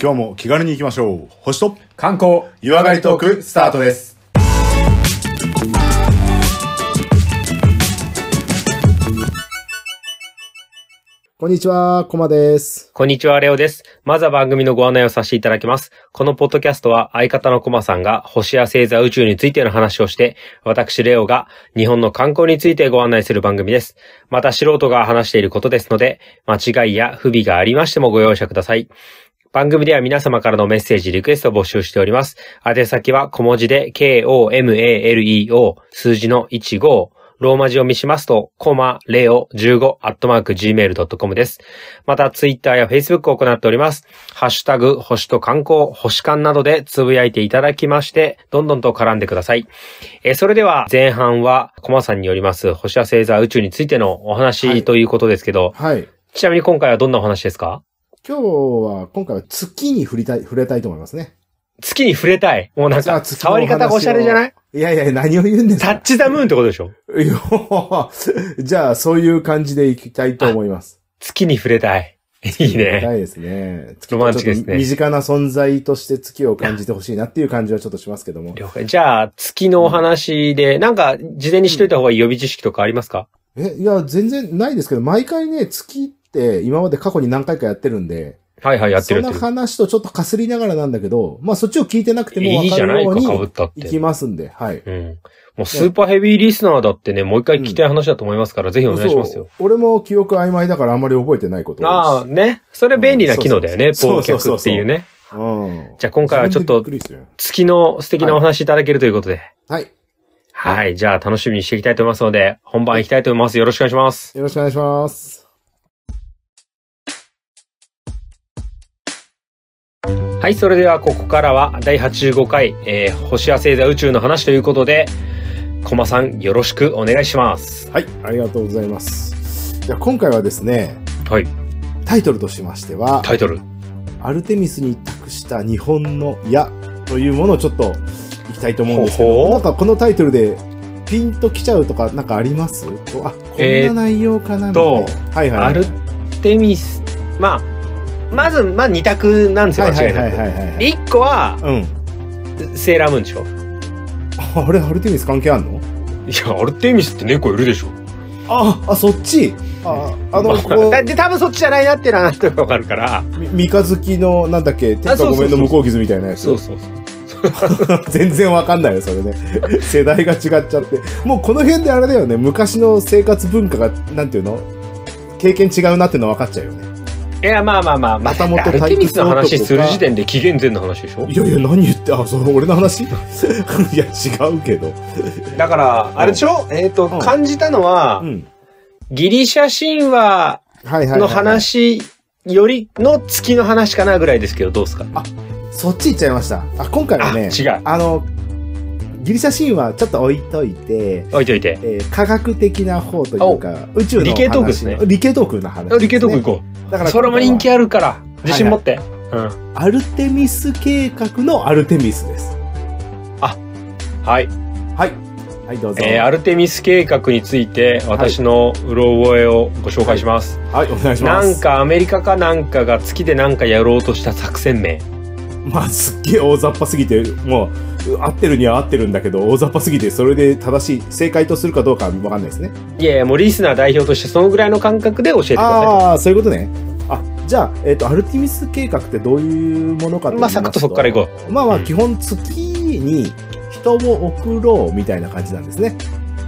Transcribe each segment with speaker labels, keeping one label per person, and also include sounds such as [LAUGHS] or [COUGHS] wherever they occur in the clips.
Speaker 1: 今日も気軽に行きましょう星と
Speaker 2: 観光
Speaker 1: 湯上がりトークスタートです
Speaker 3: こんにちは、コマです。
Speaker 4: こんにちは、レオです。まずは番組のご案内をさせていただきます。このポッドキャストは相方のコマさんが星や星座宇宙についての話をして、私、レオが日本の観光についてご案内する番組です。また素人が話していることですので、間違いや不備がありましてもご容赦ください。番組では皆様からのメッセージ、リクエストを募集しております。宛先は小文字で KOMALEO 数字の15、ローマ字を見しますと、コマ、レオ、15、アットマーク、gmail.com です。また、ツイッターやフェイスブックを行っております。ハッシュタグ、星と観光、星間などでつぶやいていただきまして、どんどんと絡んでください。えーそれでは、前半は、コマさんによります、星や星座宇宙についてのお話、
Speaker 3: はい
Speaker 4: ということですけど、
Speaker 3: はい。
Speaker 4: ちなみに今回はどんなお話ですか
Speaker 3: 今日は、今回は月に触りたい、触れたいと思いますね。
Speaker 4: 月に触れたい。もうなん
Speaker 3: じゃあ
Speaker 4: か、
Speaker 3: 月のお話を
Speaker 4: 触り方がおしゃれじゃない
Speaker 3: いやいや、何を言うんです
Speaker 4: タ
Speaker 3: か
Speaker 4: ッチザムーンってことでしょ
Speaker 3: [LAUGHS] いやじゃあ、そういう感じでいきたいと思います。
Speaker 4: 月に触れたい。いい
Speaker 3: 触れ
Speaker 4: ね。
Speaker 3: たいですね。
Speaker 4: ロマンチックです
Speaker 3: ち
Speaker 4: ね
Speaker 3: ょっと身近な存在として月を感じてほしいなっていう感じはちょっとしますけども。
Speaker 4: 了解。じゃあ、月のお話で、なんか、事前にしといた方がいい予備知識とかありますか
Speaker 3: え、いや、全然ないですけど、毎回ね、月って今まで過去に何回かやってるんで、
Speaker 4: はいはい、やってるや
Speaker 3: そ
Speaker 4: っ
Speaker 3: の
Speaker 4: てる。
Speaker 3: 話とちょっとかすりながらなんだけど、まあそっちを聞いてなくても
Speaker 4: い
Speaker 3: 分
Speaker 4: い
Speaker 3: か
Speaker 4: じゃな
Speaker 3: る
Speaker 4: い
Speaker 3: よう
Speaker 4: か、
Speaker 3: に
Speaker 4: かぶったっ
Speaker 3: いき
Speaker 4: て。
Speaker 3: ますんで、はい。
Speaker 4: うん。もうスーパーヘビーリスナーだってね、もう一回聞きたい話だと思いますから、ぜひお願いしますよ。
Speaker 3: そう俺も記憶曖昧だからあんまり覚えてないこと多いし
Speaker 4: ああ、ね。それ便利な機能だよね、
Speaker 3: うんそう
Speaker 4: 忘
Speaker 3: そうそう
Speaker 4: 却っていうね。
Speaker 3: うん。
Speaker 4: じゃあ今回はちょっと
Speaker 3: 自分でびくりする
Speaker 4: 月の素敵なお話いただけるということで。
Speaker 3: はい。
Speaker 4: はい。じゃあ楽しみにしていきたいと思いますので、本番いきたいと思います。よろしくお願いします。
Speaker 3: よろしくお願いします。
Speaker 4: はい。それではここからは第85回、えー、星や星座宇宙の話ということで、コマさんよろしくお願いします。
Speaker 3: はい。ありがとうございます。じゃあ今回はですね、
Speaker 4: はい。
Speaker 3: タイトルとしましては、
Speaker 4: タイトル。
Speaker 3: アルテミスに託した日本の矢というものをちょっといきたいと思うんですけ
Speaker 4: ほ
Speaker 3: ど、
Speaker 4: ほ
Speaker 3: なんかこのタイトルでピンときちゃうとかなんかありますあ、こん
Speaker 4: えー
Speaker 3: な内容かなみたいな。
Speaker 4: と
Speaker 3: はいはい。
Speaker 4: アルテミス、まあ、まず、まあ二択なんですよ、
Speaker 3: はいは
Speaker 4: 間違
Speaker 3: い
Speaker 4: いな
Speaker 3: は
Speaker 4: く
Speaker 3: いはいはいはい。
Speaker 4: 一個は、
Speaker 3: うん。
Speaker 4: セーラームーンでしょ
Speaker 3: あれ、アルテミス関係あんの
Speaker 4: いや、アルテミスって猫いるでしょ
Speaker 3: あ、あ、そっち。あ、あの、こ
Speaker 4: だで、多分そっちじゃないなっていうのはなんとなくわかるから。
Speaker 3: う、み三日月の、なんだっけ、天下ごめんの向こう傷みたいなやつ。
Speaker 4: そうそうそう。
Speaker 3: [LAUGHS] 全然わかんないよ、それね。 [LAUGHS] 世代が違っちゃって。もうこの辺であれだよね、昔の生活文化が、なんていうの経験違うなっていうの分かっちゃうよね。
Speaker 4: いや、まあまあまあ、
Speaker 3: また元
Speaker 4: アルテミスの話する時点で紀元前の話でしょ
Speaker 3: いやいや、何言って、あ、それ俺の話 [LAUGHS] いや、違うけど。
Speaker 4: だから、あれでしょえっ、と、
Speaker 3: うん
Speaker 4: 感じたのは、
Speaker 3: うん。
Speaker 4: ギリシャ神話
Speaker 3: はいはい、はい。
Speaker 4: の。話よりの月の話かなぐらいですけど、どうですか
Speaker 3: そっち行っちゃいました。あ、今回は
Speaker 4: あ、
Speaker 3: ね、
Speaker 4: 違う。
Speaker 3: あの、ギリシャ神話ちょっと置いといて、
Speaker 4: 置いといて。
Speaker 3: えー科学的な方というか、宇宙の話の
Speaker 4: 理系トークですね
Speaker 3: 理系トークの話、
Speaker 4: あ理系トーク行こ
Speaker 3: う。だか
Speaker 4: う。
Speaker 3: ら、
Speaker 4: それも人気あるから、自信持って。うん。
Speaker 3: アルテミス計画のアルテミスです。
Speaker 4: はい。
Speaker 3: はい。はい、どうぞ。
Speaker 4: えーアルテミス計画について私のうろ覚えをご紹介します、
Speaker 3: はい、お願いしま
Speaker 4: な
Speaker 3: す。
Speaker 4: ん。かアメリカかなんかが月でなんかやろうとした作戦名
Speaker 3: まあ、すっげえ大雑把すぎて、もう、合ってるには合ってるんだけど、大雑把すぎて、それで正しい、正解とするかどうかはわかんないですね。
Speaker 4: いやいやもうリスナー代表としてそのぐらいの感覚で教えてくださ
Speaker 3: ああ、そういうことね。あ、じゃあ、えっ、と、アルテミス計画ってどういうものか
Speaker 4: いまあサクッとそこから
Speaker 3: いこ
Speaker 4: 行こ
Speaker 3: う。まあまあ、基本、月に人を送ろうみたいな感じなんですね。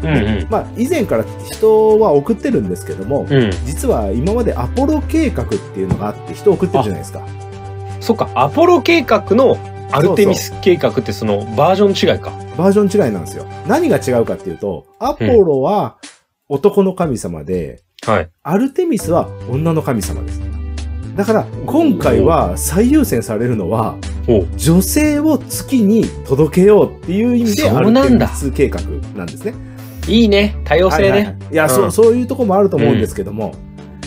Speaker 4: ううんうん
Speaker 3: まあ、以前から人は送ってるんですけども、
Speaker 4: うん、
Speaker 3: 実は今までアポロ計画っていうのがあって人を送ってるじゃないですか。
Speaker 4: そっかアポロ計画のアルテミス計画ってそのバージョン違いか
Speaker 3: バージョン違いなんですよ。何が違うかっていうと、アポロは男の神様で、
Speaker 4: はい
Speaker 3: アルテミスは女の神様です。だから今回は最優先されるのは
Speaker 4: おう
Speaker 3: 女性を月に届けようっていう意味で
Speaker 4: そ
Speaker 3: ア
Speaker 4: う
Speaker 3: ル
Speaker 4: な
Speaker 3: テ
Speaker 4: ん
Speaker 3: ミ
Speaker 4: だ
Speaker 3: ス計画なんですね。
Speaker 4: いいね多様性ね、
Speaker 3: はいはいはいいや、
Speaker 4: うん
Speaker 3: そうそういうとこもあると思うんですけども、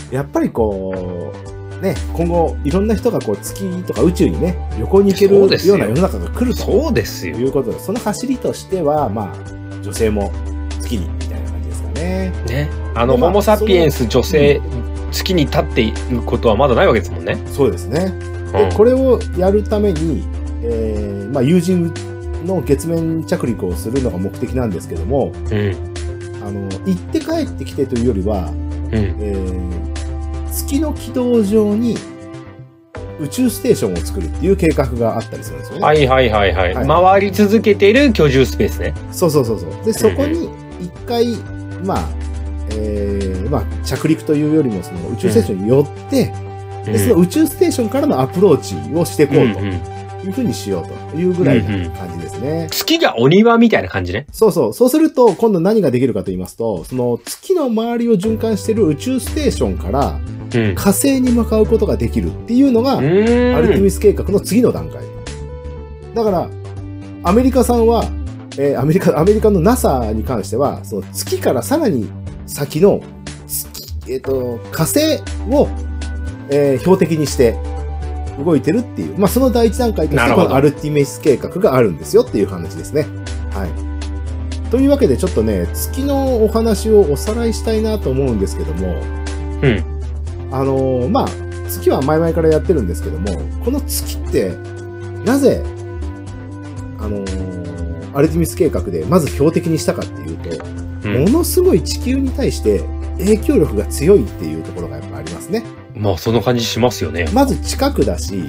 Speaker 3: やっぱりこうね今後いろんな人がこう月とか宇宙にね旅行に行けるよ
Speaker 4: そううですよ
Speaker 3: な世の中が来ると
Speaker 4: そうですよ
Speaker 3: いうことでその走りとしてはまあ女性も月にみたいな感じですかね。
Speaker 4: ねあの
Speaker 3: でまあ
Speaker 4: ホモ・サピエンス女性月に立っていることはまだないわけですもんね
Speaker 3: そうですね。
Speaker 4: うん
Speaker 3: で、これをやるために、えーまあ、友人の月面着陸をするのが目的なんですけども、
Speaker 4: うん。
Speaker 3: あの、行って帰ってきてというよりは、
Speaker 4: うん。
Speaker 3: えー月の軌道上に宇宙ステーションを作るっていう計画があったりするんですよね。
Speaker 4: はいはいはいはい。
Speaker 3: はい
Speaker 4: 回り続けている居住スペースね。
Speaker 3: そうそうそうそう。で、そこに一回、まあ、えーまあ、着陸というよりもその宇宙ステーションに寄って、
Speaker 4: う
Speaker 3: でその宇宙ステーションからのアプローチをしていこうと
Speaker 4: んうん
Speaker 3: いうふうにしようというぐらいな感じですね。
Speaker 4: 月がお庭みたいな感じね。
Speaker 3: そうそう。そうすると、今度何ができるかと言いますと、その月の周りを循環している宇宙ステーションから
Speaker 4: うん。
Speaker 3: 火星に向かうことができるっていうのが、
Speaker 4: うん
Speaker 3: アルティミス計画の次の段階。だから、アメリカさんは、えーアメリカ、アメリカの NASA に関しては、その月からさらに先の月、えっ、と、火星を、えー標的にして動いてるっていう、まあ、その第一段階とし
Speaker 4: な
Speaker 3: て、
Speaker 4: る
Speaker 3: こ
Speaker 4: ほど
Speaker 3: のアルティメス計画があるんですよっていう話ですね。はい。というわけで、ちょっとね、月のお話をおさらいしたいなと思うんですけども、
Speaker 4: うん。
Speaker 3: あのーまあ、月は前々からやってるんですけども、この月って、なぜ、あのーアルティミス計画でまず標的にしたかっていうと、
Speaker 4: うん
Speaker 3: ものすごい地球に対して影響力が強いっていうところがやっぱありますね。
Speaker 4: まあ、その感じしますよね。
Speaker 3: まず近くだし、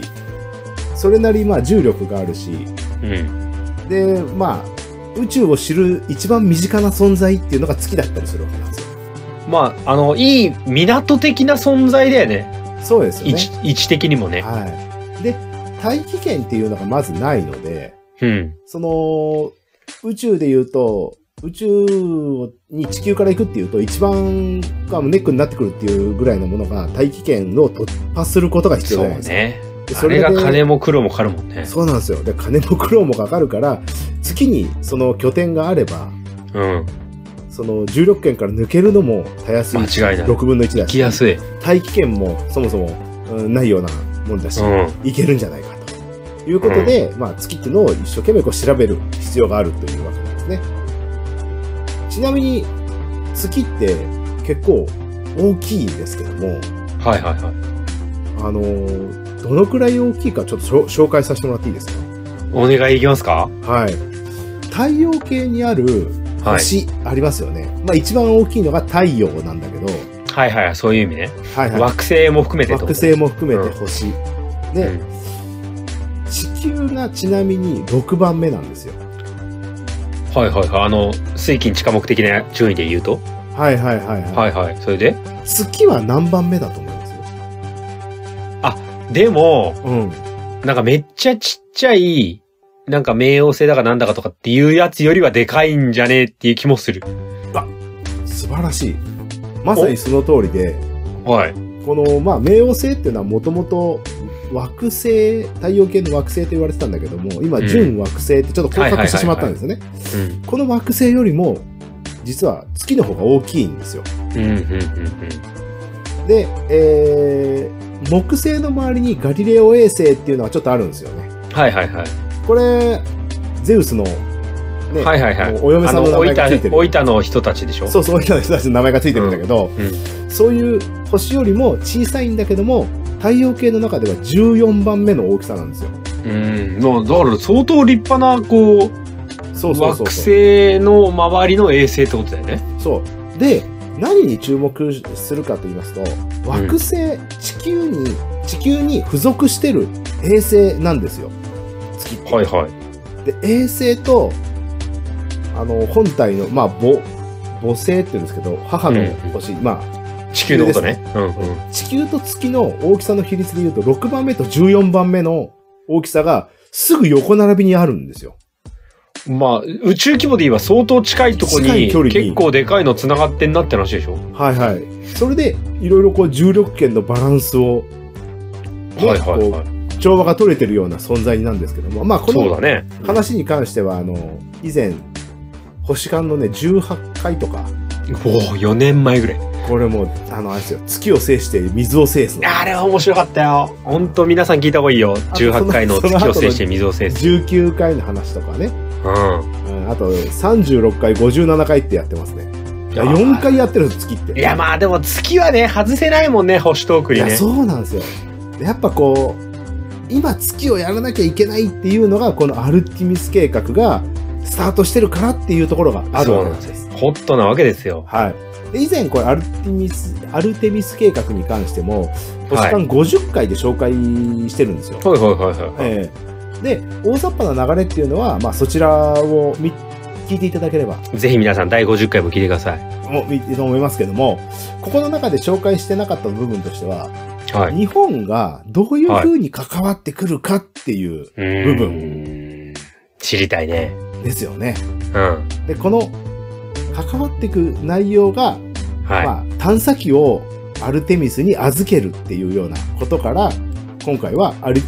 Speaker 3: それなりまあ重力があるし、
Speaker 4: うん。
Speaker 3: で、まあ、宇宙を知る一番身近な存在っていうのが月だったりするわけなんですよ。
Speaker 4: まあ、あの、いい港的な存在だよね。
Speaker 3: そうです
Speaker 4: 位
Speaker 3: よ
Speaker 4: 置
Speaker 3: ね。、
Speaker 4: 位置的にもね。
Speaker 3: はい。で、大気圏っていうのがまずないので、
Speaker 4: うん。
Speaker 3: その、宇宙で言うと、宇宙に地球から行くっていうと、一番がネックになってくるっていうぐらいのものが、大気圏を突破することが必要
Speaker 4: そ
Speaker 3: じ
Speaker 4: う
Speaker 3: ゃないですか。
Speaker 4: ね。
Speaker 3: で
Speaker 4: あれが金も苦労もかかるもんね。
Speaker 3: そうなんですよ。で、金も苦労もかかるから、月にその拠点があれば、
Speaker 4: うん。
Speaker 3: その重力圏から抜けるのもたやすいし。
Speaker 4: 間違いない
Speaker 3: 6分の1だ
Speaker 4: 行き
Speaker 3: し、
Speaker 4: やすい。
Speaker 3: 大気圏もそもそも、うんないようなもんだし、
Speaker 4: うん。
Speaker 3: いけるんじゃないかということで、まあ、月っていうのを一生懸命こう調べる必要があるというわけなんですね。ちなみに、月って結構大きいんですけども、
Speaker 4: はいはいはい。
Speaker 3: あのーどのくらい大きいかちょっとしょ紹介させてもらっていいです
Speaker 4: お願いいきますか
Speaker 3: かはい。太陽系にある
Speaker 4: はい。
Speaker 3: 星ありますよね。まあ一番大きいのが太陽なんだけど、
Speaker 4: はいはいはい、そういう意味ね。
Speaker 3: はいはい。
Speaker 4: 惑星も含めてって
Speaker 3: 惑
Speaker 4: こと
Speaker 3: 星も含めて星。で、
Speaker 4: う
Speaker 3: 地球がちなみに6番目なんですよ。
Speaker 4: はいはいはい。あの、水金地下目的な順位で言うと。
Speaker 3: はいはいはいはい。
Speaker 4: はいはい。それで
Speaker 3: 月は何番目だと思います
Speaker 4: でも、
Speaker 3: うん。
Speaker 4: なんかめっちゃちっちゃい、なんか冥王星だかなんだかとかっていうやつよりはでかいんじゃねえっていう気もする。
Speaker 3: 素晴らしい。まさにその通りで、
Speaker 4: はい。
Speaker 3: この、まあ、冥王星っていうのはもともと惑星、太陽系の惑星と言われてたんだけども、今、
Speaker 4: うん
Speaker 3: 準惑星ってちょっと降格してしまったんですよね。
Speaker 4: うん。
Speaker 3: この惑星よりも、実は月の方が大きいんですよ。
Speaker 4: うん、うん、
Speaker 3: で、えー、木星の周りにガリレオ衛星っていうのはちょっとあるんですよね。
Speaker 4: うん。はいはいはい。
Speaker 3: これ、ゼウスの、ね、
Speaker 4: はいはいはい。
Speaker 3: お嫁さんの名前がついて
Speaker 4: あ
Speaker 3: る
Speaker 4: の、。老いたの人たちでしょ
Speaker 3: そうそう、大きな人たち [LAUGHS] の名前がついてるんだけど、
Speaker 4: うんう
Speaker 3: そういう星よりも小さいんだけども、太陽系の中では14番目の大きさなんですよ。
Speaker 4: うん。もう、だから相当立派な、こう、
Speaker 3: そうそうそ
Speaker 4: 惑
Speaker 3: うそう。
Speaker 4: 星の周りの衛星ってことだよね。
Speaker 3: そう。で、何に注目するかと言いますと、惑星、地球に、地球に付属してる衛星なんですよ。月って。
Speaker 4: はいはい。
Speaker 3: で、衛星と、あの、本体の、まあ、母、母星って言うんですけど、母の星、まあ、
Speaker 4: 地球のことね。うんうん。
Speaker 3: 地球と月の大きさの比率で言うと、6番目と14番目の大きさが、すぐ横並びにあるんですよ。
Speaker 4: まあ、宇宙規模で言えば相当近いとこ
Speaker 3: 近
Speaker 4: に、
Speaker 3: い距離に
Speaker 4: 結構でかいの繋がってんなって話でしょ
Speaker 3: はいはい。それで、いろいろこう、重力圏のバランスを、ね
Speaker 4: はいはい
Speaker 3: こ
Speaker 4: は
Speaker 3: う調和が取れてるような存在なんですけども、まあ、
Speaker 4: い。
Speaker 3: こ
Speaker 4: そう
Speaker 3: の
Speaker 4: だね。
Speaker 3: 話に関しては、あの、以前、星間のね、18回とか、
Speaker 4: おお、4年前ぐらい。
Speaker 3: これもう、あの、あれですよ、月を制して水を制すの。
Speaker 4: あれは面白かったよ。ほんと皆さん聞いた方がいいよ。
Speaker 3: そ
Speaker 4: 18
Speaker 3: の
Speaker 4: 回の
Speaker 3: その
Speaker 4: 月
Speaker 3: 後
Speaker 4: を
Speaker 3: の
Speaker 4: 制して水を制す。
Speaker 3: 19回の話とかね、
Speaker 4: うん。
Speaker 3: うん、あと36回、57回ってやってますね。いや、4回やってるんです、月って。
Speaker 4: いや、まあでも月はね、外せないもんね、星トーク
Speaker 3: い
Speaker 4: に
Speaker 3: や
Speaker 4: ね。
Speaker 3: そうなんですよ。やっぱこう、今月をやらなきゃいけないっていうのが、このアルティミス計画がスタートしてるからっていうところがあるわけなんです。
Speaker 4: ホットなわけですよ。
Speaker 3: はい。で、以前これアルティミス、アルテミス計画に関しても、
Speaker 4: は
Speaker 3: 星
Speaker 4: い
Speaker 3: 間50回で紹介してるんですよ。
Speaker 4: はいはいはいはい。
Speaker 3: ええで、大雑把な流れっていうのは、まあそちらを見聞いていただければ
Speaker 4: ぜひ皆さん第50回も聞いてください。
Speaker 3: もういいと思いますけども、ここの中で紹介してなかった部分としては、
Speaker 4: はい。
Speaker 3: 日本がどういう風に関わってくるかっていう、
Speaker 4: うーん。知りたいね。
Speaker 3: ですよね。
Speaker 4: うん。
Speaker 3: で、この関わってく内容が、
Speaker 4: は
Speaker 3: まあ、探査機をアルテミスに預けるっていうようなことから、今回はアル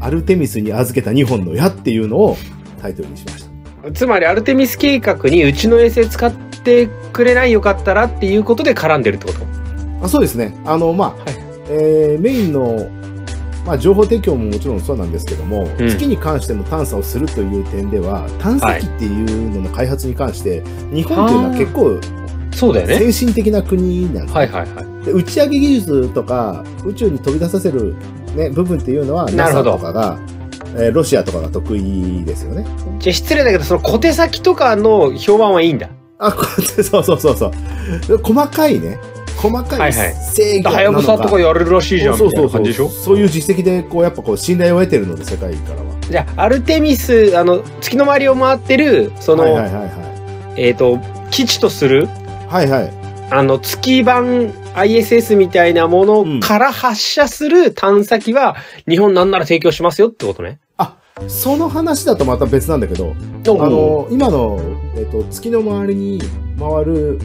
Speaker 3: アルテミスに預けた日本の矢っていうのをタイトルにしました。
Speaker 4: い。つまりアルテミス計画にうちの衛星使ってくれないよかったらっていうことで絡んでるってこと
Speaker 3: あそうですね。あの、まあ、
Speaker 4: はい
Speaker 3: えーメインの、まあ、情報提供ももちろんそうなんですけども、
Speaker 4: うん
Speaker 3: 月に関しての探査をするという点では、探査機っていうのの開発に関して、日本っていうのは結構
Speaker 4: そうだよね。
Speaker 3: 先進的な国なんですね
Speaker 4: はいはいはい。
Speaker 3: で打ち上げ技術とか、宇宙に飛び出させる、ね、部分っていうのは、
Speaker 4: なる
Speaker 3: NASA
Speaker 4: ほど
Speaker 3: とかが、えーロシアとかが得意ですよね。
Speaker 4: じゃあ失礼だけど、その小手先とかの評判はいいんだ。
Speaker 3: あ、こうやって [LAUGHS] そうそうそうそう。で細かいね、細かい
Speaker 4: はいはい
Speaker 3: 制御なのか、
Speaker 4: はやぶさとかやれるらしいじゃん。
Speaker 3: そうそう
Speaker 4: みたいな
Speaker 3: そう
Speaker 4: 感じでしょ
Speaker 3: そういう実績でこうやっぱこう信頼を得てるので世界からは。
Speaker 4: じゃあ、アルテミス、あの、月の周りを回ってる、その、
Speaker 3: はいはいはいは
Speaker 4: えっ、と、基地とする、
Speaker 3: い。はいはい。
Speaker 4: あの、月版 ISS みたいなものから発射する探査機は、日本なんなら提供しますよってことね。
Speaker 3: その話だとまた別なんだけど、
Speaker 4: あ
Speaker 3: あ、の今のえっ、と月の周りに回る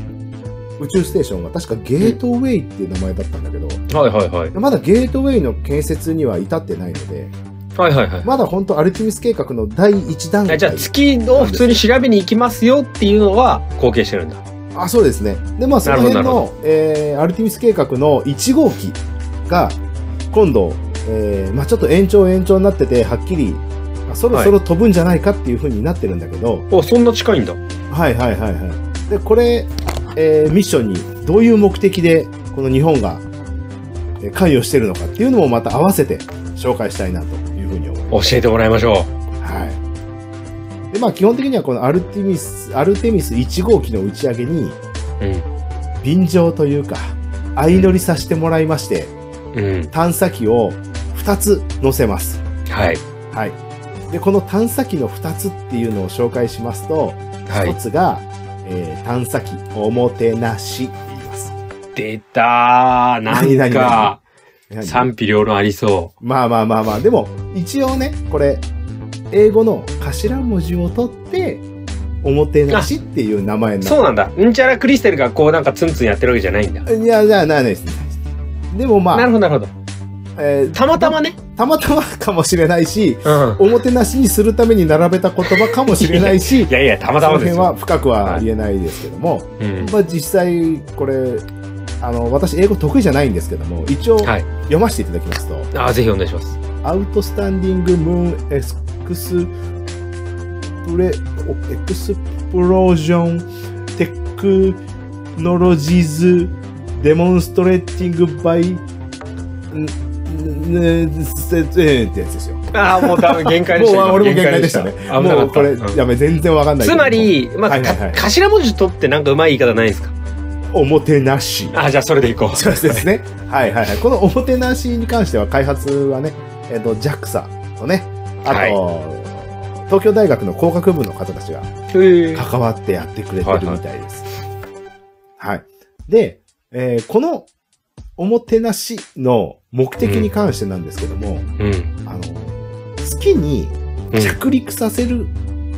Speaker 3: 宇宙ステーションが確かゲートウェイっていう名前だったんだけど、
Speaker 4: はいはいはい。
Speaker 3: まだゲートウェイの建設には至ってないので、
Speaker 4: はいはいはい。
Speaker 3: まだ本当アルティミス計画の第一段階。
Speaker 4: じゃあ、月を普通に調べに行きますよっていうのは、貢献してるんだ。
Speaker 3: あ、そうですね。で、まあ、その
Speaker 4: な
Speaker 3: 辺
Speaker 4: るほど
Speaker 3: の、えーアルティミス計画の1号機が、今度、えーまあ、ちょっと延長延長になってて、はっきり、あそろそろ飛ぶんじゃないかっていう風になってるんだけど、
Speaker 4: お、そんな近いんだ。
Speaker 3: はい、はい、はいはいはいで、これ、えーミッションにどういう目的で、この日本が、えー関与してるのかっていうのもまた合わせて紹介したいなというふうに思います。
Speaker 4: 教えてもらいましょ
Speaker 3: はい。で、まあ、基本的にはこのアルティミス、アルテミス1号機の打ち上げに、
Speaker 4: う。
Speaker 3: 便乗というか、相乗りさせてもらいまして、
Speaker 4: うん。うん。
Speaker 3: 探査機を2つ載せます。
Speaker 4: はい。
Speaker 3: はい。で、この探査機の2つっていうのを紹介しますと、
Speaker 4: は
Speaker 3: 1
Speaker 4: い。
Speaker 3: つが、えー探査機おもてなしって言います。
Speaker 4: 出たー。な
Speaker 3: 何
Speaker 4: ん
Speaker 3: 何
Speaker 4: か
Speaker 3: 何、
Speaker 4: 賛否両論ありそ
Speaker 3: まあまあまあまあ、でも、一応ね、これ、英語の頭文字を取って、おもてなしっていう名前
Speaker 4: う。
Speaker 3: にな
Speaker 4: そうなんだ。うんちゃらクリステルがこうなんかツンツンやってるわけじゃないんだ。
Speaker 3: る。いや、じゃあ、ないです。でもま
Speaker 4: な
Speaker 3: あ
Speaker 4: る、ほど、なるほど。
Speaker 3: えー
Speaker 4: たまたまね。
Speaker 3: たまたまかもしれないし、
Speaker 4: うん。
Speaker 3: おもてなしにするために並べた言葉かもしれないし、
Speaker 4: いやいや、たまたまです
Speaker 3: その辺は
Speaker 4: よ。
Speaker 3: 深くは言えないですけども、
Speaker 4: うん。
Speaker 3: まあ実際これ、あの、私英語得意じゃないんですけども、一応
Speaker 4: はい
Speaker 3: 読ませていただきますと、
Speaker 4: あー、ぜひお願いします。
Speaker 3: アウトスタンディングムーンエクスプレ、エクスプロージョンテクノロジーズデモンストレーティングバイ、んんんせえってやつですよ。
Speaker 4: ああ、もう多分限界でした。
Speaker 3: もうあ俺も限界でしたね。
Speaker 4: 危な
Speaker 3: も
Speaker 4: か
Speaker 3: う
Speaker 4: った。
Speaker 3: これ、
Speaker 4: うん
Speaker 3: やべ、全然わかんないけ
Speaker 4: つ
Speaker 3: ど。
Speaker 4: まり、ま
Speaker 3: は
Speaker 4: あ、
Speaker 3: いはいは
Speaker 4: か
Speaker 3: い
Speaker 4: 頭文字取ってなんかうまい言い方ないんですか
Speaker 3: おもてなし。
Speaker 4: あー、じゃあそれでいこう。
Speaker 3: そうですね。はいはいはい。このおもてなしに関しては、開発はね、えっ、と、JAXA とね、あと、
Speaker 4: はい
Speaker 3: 東京大学の工学部の方たちが
Speaker 4: へー
Speaker 3: 関わってやってくれてるみたいです。はい、で、えーこのおもてなしの目的に関してなんですけども、
Speaker 4: うん。
Speaker 3: あの、月に
Speaker 4: うん
Speaker 3: 着陸させる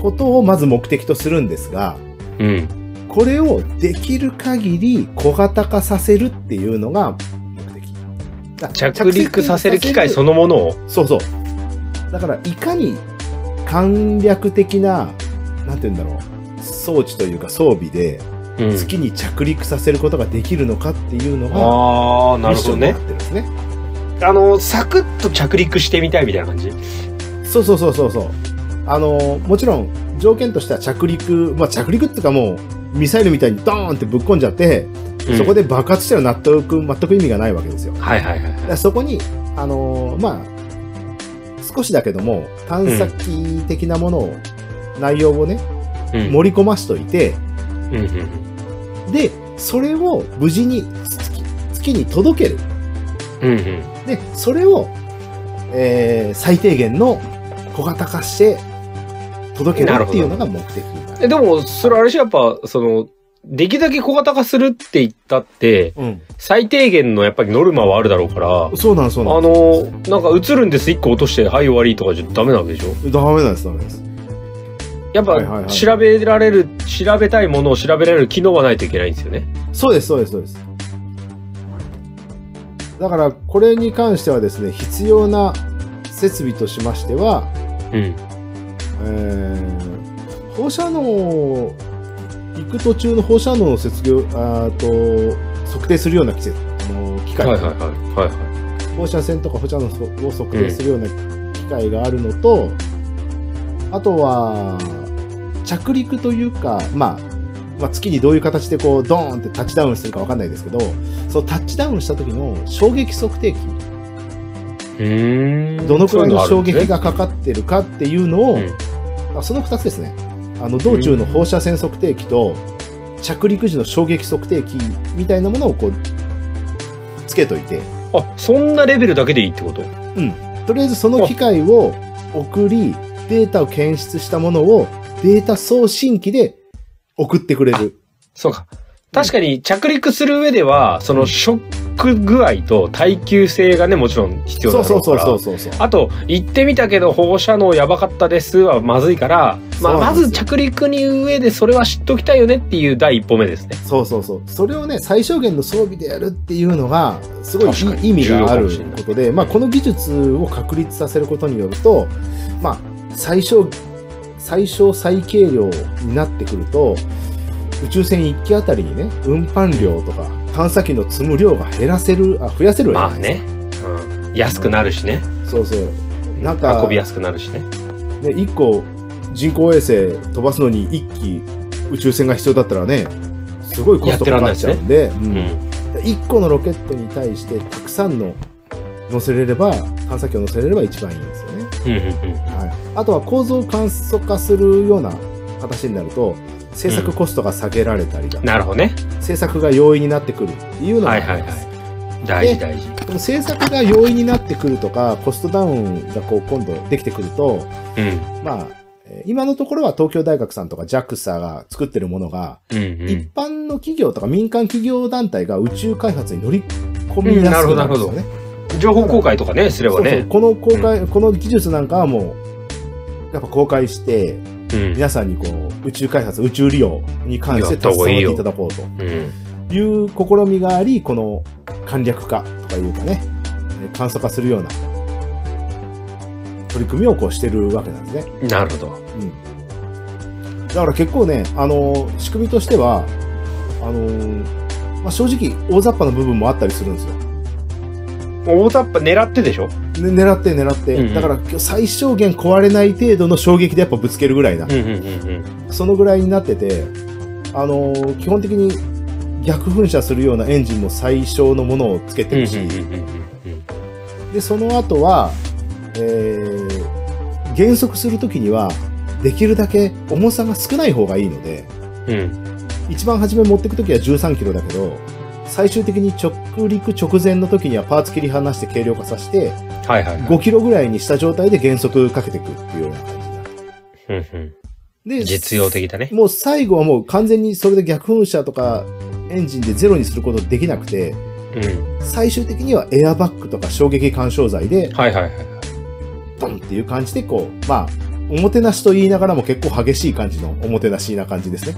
Speaker 3: ことをまず目的とするんですが、
Speaker 4: うん。
Speaker 3: これをできる限り小型化させるっていうのが目的。だ
Speaker 4: 着陸させる機械そのものを。
Speaker 3: そうそう。だから、いかに簡略的な、なんて言うんだろう、装置というか装備で
Speaker 4: うん
Speaker 3: 月に着陸させることができるのかっていうのが、
Speaker 4: ああ、な
Speaker 3: ミッ
Speaker 4: るほ
Speaker 3: ション
Speaker 4: ど
Speaker 3: に
Speaker 4: ね
Speaker 3: なっ。てるんですね。
Speaker 4: あの、サクッと着陸してみたいみたいな感じ。
Speaker 3: そうそうそうそうそう。あの、もちろん、条件としては着陸、まあ着陸っていうかもう、ミサイルみたいにドーンってぶっ込んじゃって、そこ
Speaker 4: で。
Speaker 3: で爆発したら納得、全く意味がないわけですよ。
Speaker 4: はいはいはい
Speaker 3: だからそこに、あのーまあ、少しだけども、探索機的なものを、内容をね、
Speaker 4: うん。
Speaker 3: 盛り込ましといて、
Speaker 4: うんうん
Speaker 3: で、それを無事に月月に届ける。
Speaker 4: うんうん。
Speaker 3: で、それを、えー、最低限の小型化して届けるっていうのが目的になる。
Speaker 4: え、でも、それあれしやっぱ、その、できるだけ小型化するって言ったって、
Speaker 3: うん。
Speaker 4: 最低限のやっぱりノルマはあるだろうから、
Speaker 3: そうなんそうなん
Speaker 4: あの、なんか映るんです、1個落として、はい、終わりとかじゃダメなわけでしょ
Speaker 3: ダメなんです、ダメです。
Speaker 4: やっ
Speaker 3: はいはいは
Speaker 4: ぱ、
Speaker 3: い
Speaker 4: 調べられる、調べたいものを調べられる機能はないといけないんですよね。
Speaker 3: そうです、そうです、そうです。だから、これに関してはですね、必要な設備としましては、
Speaker 4: うん。
Speaker 3: えー放射能、行く途中の放射能の設業、あーと、測定するような季節、あの機械、
Speaker 4: はいはいはい。はいは
Speaker 3: 放射線とか放射能を測定するような機械があるのと、あとは、着陸というか、まあ、まあ、月にどういう形でこう、ドーンってタッチダウンするかわかんないですけど、そのタッチダウンした時の衝撃測定器、
Speaker 4: い。うーん。
Speaker 3: どのくらいの衝撃
Speaker 4: が
Speaker 3: がかかってるかっていうのを、あその2つですね。あの、道中の放射線測定器と、着陸時の衝撃測定器みたいなものをこう、つけといて、
Speaker 4: あ、そんなレベルだけでいいってこと
Speaker 3: とりあえずその機械を送り、データを検出したものをデータ送信機で送ってくれる。
Speaker 4: そうか。確かに着陸する上では、そのショック具合と耐久性がね、もちろん必要
Speaker 3: そう
Speaker 4: だろ
Speaker 3: そううそ
Speaker 4: か
Speaker 3: う
Speaker 4: ら。
Speaker 3: そうそうそう。
Speaker 4: あと、行ってみたけど放射能やばかったですはまずいから、まあ、
Speaker 3: そうな
Speaker 4: ま
Speaker 3: んですよ
Speaker 4: ず着陸に上でそれは知っときたいよねっていう第一歩目ですね。
Speaker 3: そうそうそう。それをね、最小限の装備でやるっていうのが、すごいい
Speaker 4: 確かに
Speaker 3: い意味がある
Speaker 4: 重要かもしれない
Speaker 3: ことで、まあ、この技術を確立させることによると、まあ、最小、最小最軽量になってくると、宇宙船1機あたりにね、運搬量とか、探査機の積む量が減らせる、あ、増やせるわ
Speaker 4: ま
Speaker 3: け
Speaker 4: あ
Speaker 3: じゃない
Speaker 4: ね。うん。安くなるしね。
Speaker 3: ですか。そうそう。なんか
Speaker 4: 運びやすくなるしね。
Speaker 3: ね、1個人工衛星飛ばすのに1機宇宙船が必要だったらね、すごいコストかかっちゃうんで、
Speaker 4: う
Speaker 3: うん
Speaker 4: ん。
Speaker 3: 1個のロケットに対してたくさんの乗せれれば探査機を乗せれれば一番いいんですよね、
Speaker 4: うんうんうん。
Speaker 3: はい、あとは構造を簡素化するような形になると制作コストが下げられたりだ、
Speaker 4: なるほどね。
Speaker 3: 制作が容易になってくるっていうのが
Speaker 4: は
Speaker 3: あ
Speaker 4: い
Speaker 3: ります、
Speaker 4: はいはい。大事
Speaker 3: で
Speaker 4: 大事。
Speaker 3: でも制作が容易になってくるとかコストダウンがこう今度できてくると
Speaker 4: うん。
Speaker 3: まあえー今のところは東京大学さんとか JAXA が作ってるものが、
Speaker 4: うんうん。
Speaker 3: 一般の企業とか民間企業団体が宇宙開発に乗り込みやすくなるんですよね。
Speaker 4: 情報公開とかね、すれば
Speaker 3: そうそ
Speaker 4: ね
Speaker 3: う。この公開、この技術なんかはもう、やっぱ公開して、
Speaker 4: うん。
Speaker 3: 皆さんにこう、宇宙開発、宇宙利用に関して携わっていただこうと
Speaker 4: うん。
Speaker 3: いう試みがあり、この簡略化とかいうかね、えー簡素化するような取り組みをこうしてるわけなんですね。
Speaker 4: なるほど。
Speaker 3: うん。だから結構ね、あのー仕組みとしては、あのーまあ、正直大雑把な部分もあったりするんですよ。
Speaker 4: 大雑把狙ってでしょ
Speaker 3: ね、狙って狙って、
Speaker 4: うんうん
Speaker 3: だから最小限壊れない程度の衝撃でやっぱぶつけるぐらいな、
Speaker 4: うんうんうん
Speaker 3: そのぐらいになってて、あのー基本的に逆噴射するようなエンジンも最小のものをつけ
Speaker 4: うん。
Speaker 3: てるし、でその後は、えー減速するときにはできるだけ重さが少ない方がいいので
Speaker 4: うんうん。
Speaker 3: 一番初め持ってくときは13キロだけど最終的に直陸直前の時にはパーツ切り離して軽量化させて
Speaker 4: はいはいはい。
Speaker 3: 5キロぐらいにした状態で減速かけていくっていうような感じになる。
Speaker 4: うんうん
Speaker 3: で、
Speaker 4: 実用的だね。
Speaker 3: もう最後はもう完全にそれで逆噴射とかエンジンでゼロにすることできなくて、
Speaker 4: うん。
Speaker 3: 最終的にはエアバッグとか衝撃干渉剤で、
Speaker 4: はい [LAUGHS] はいはいはい。
Speaker 3: ボンっていう感じでこう、まあ、おもてなしと言いながらも結構激しい感じのおもてなしな感じですね。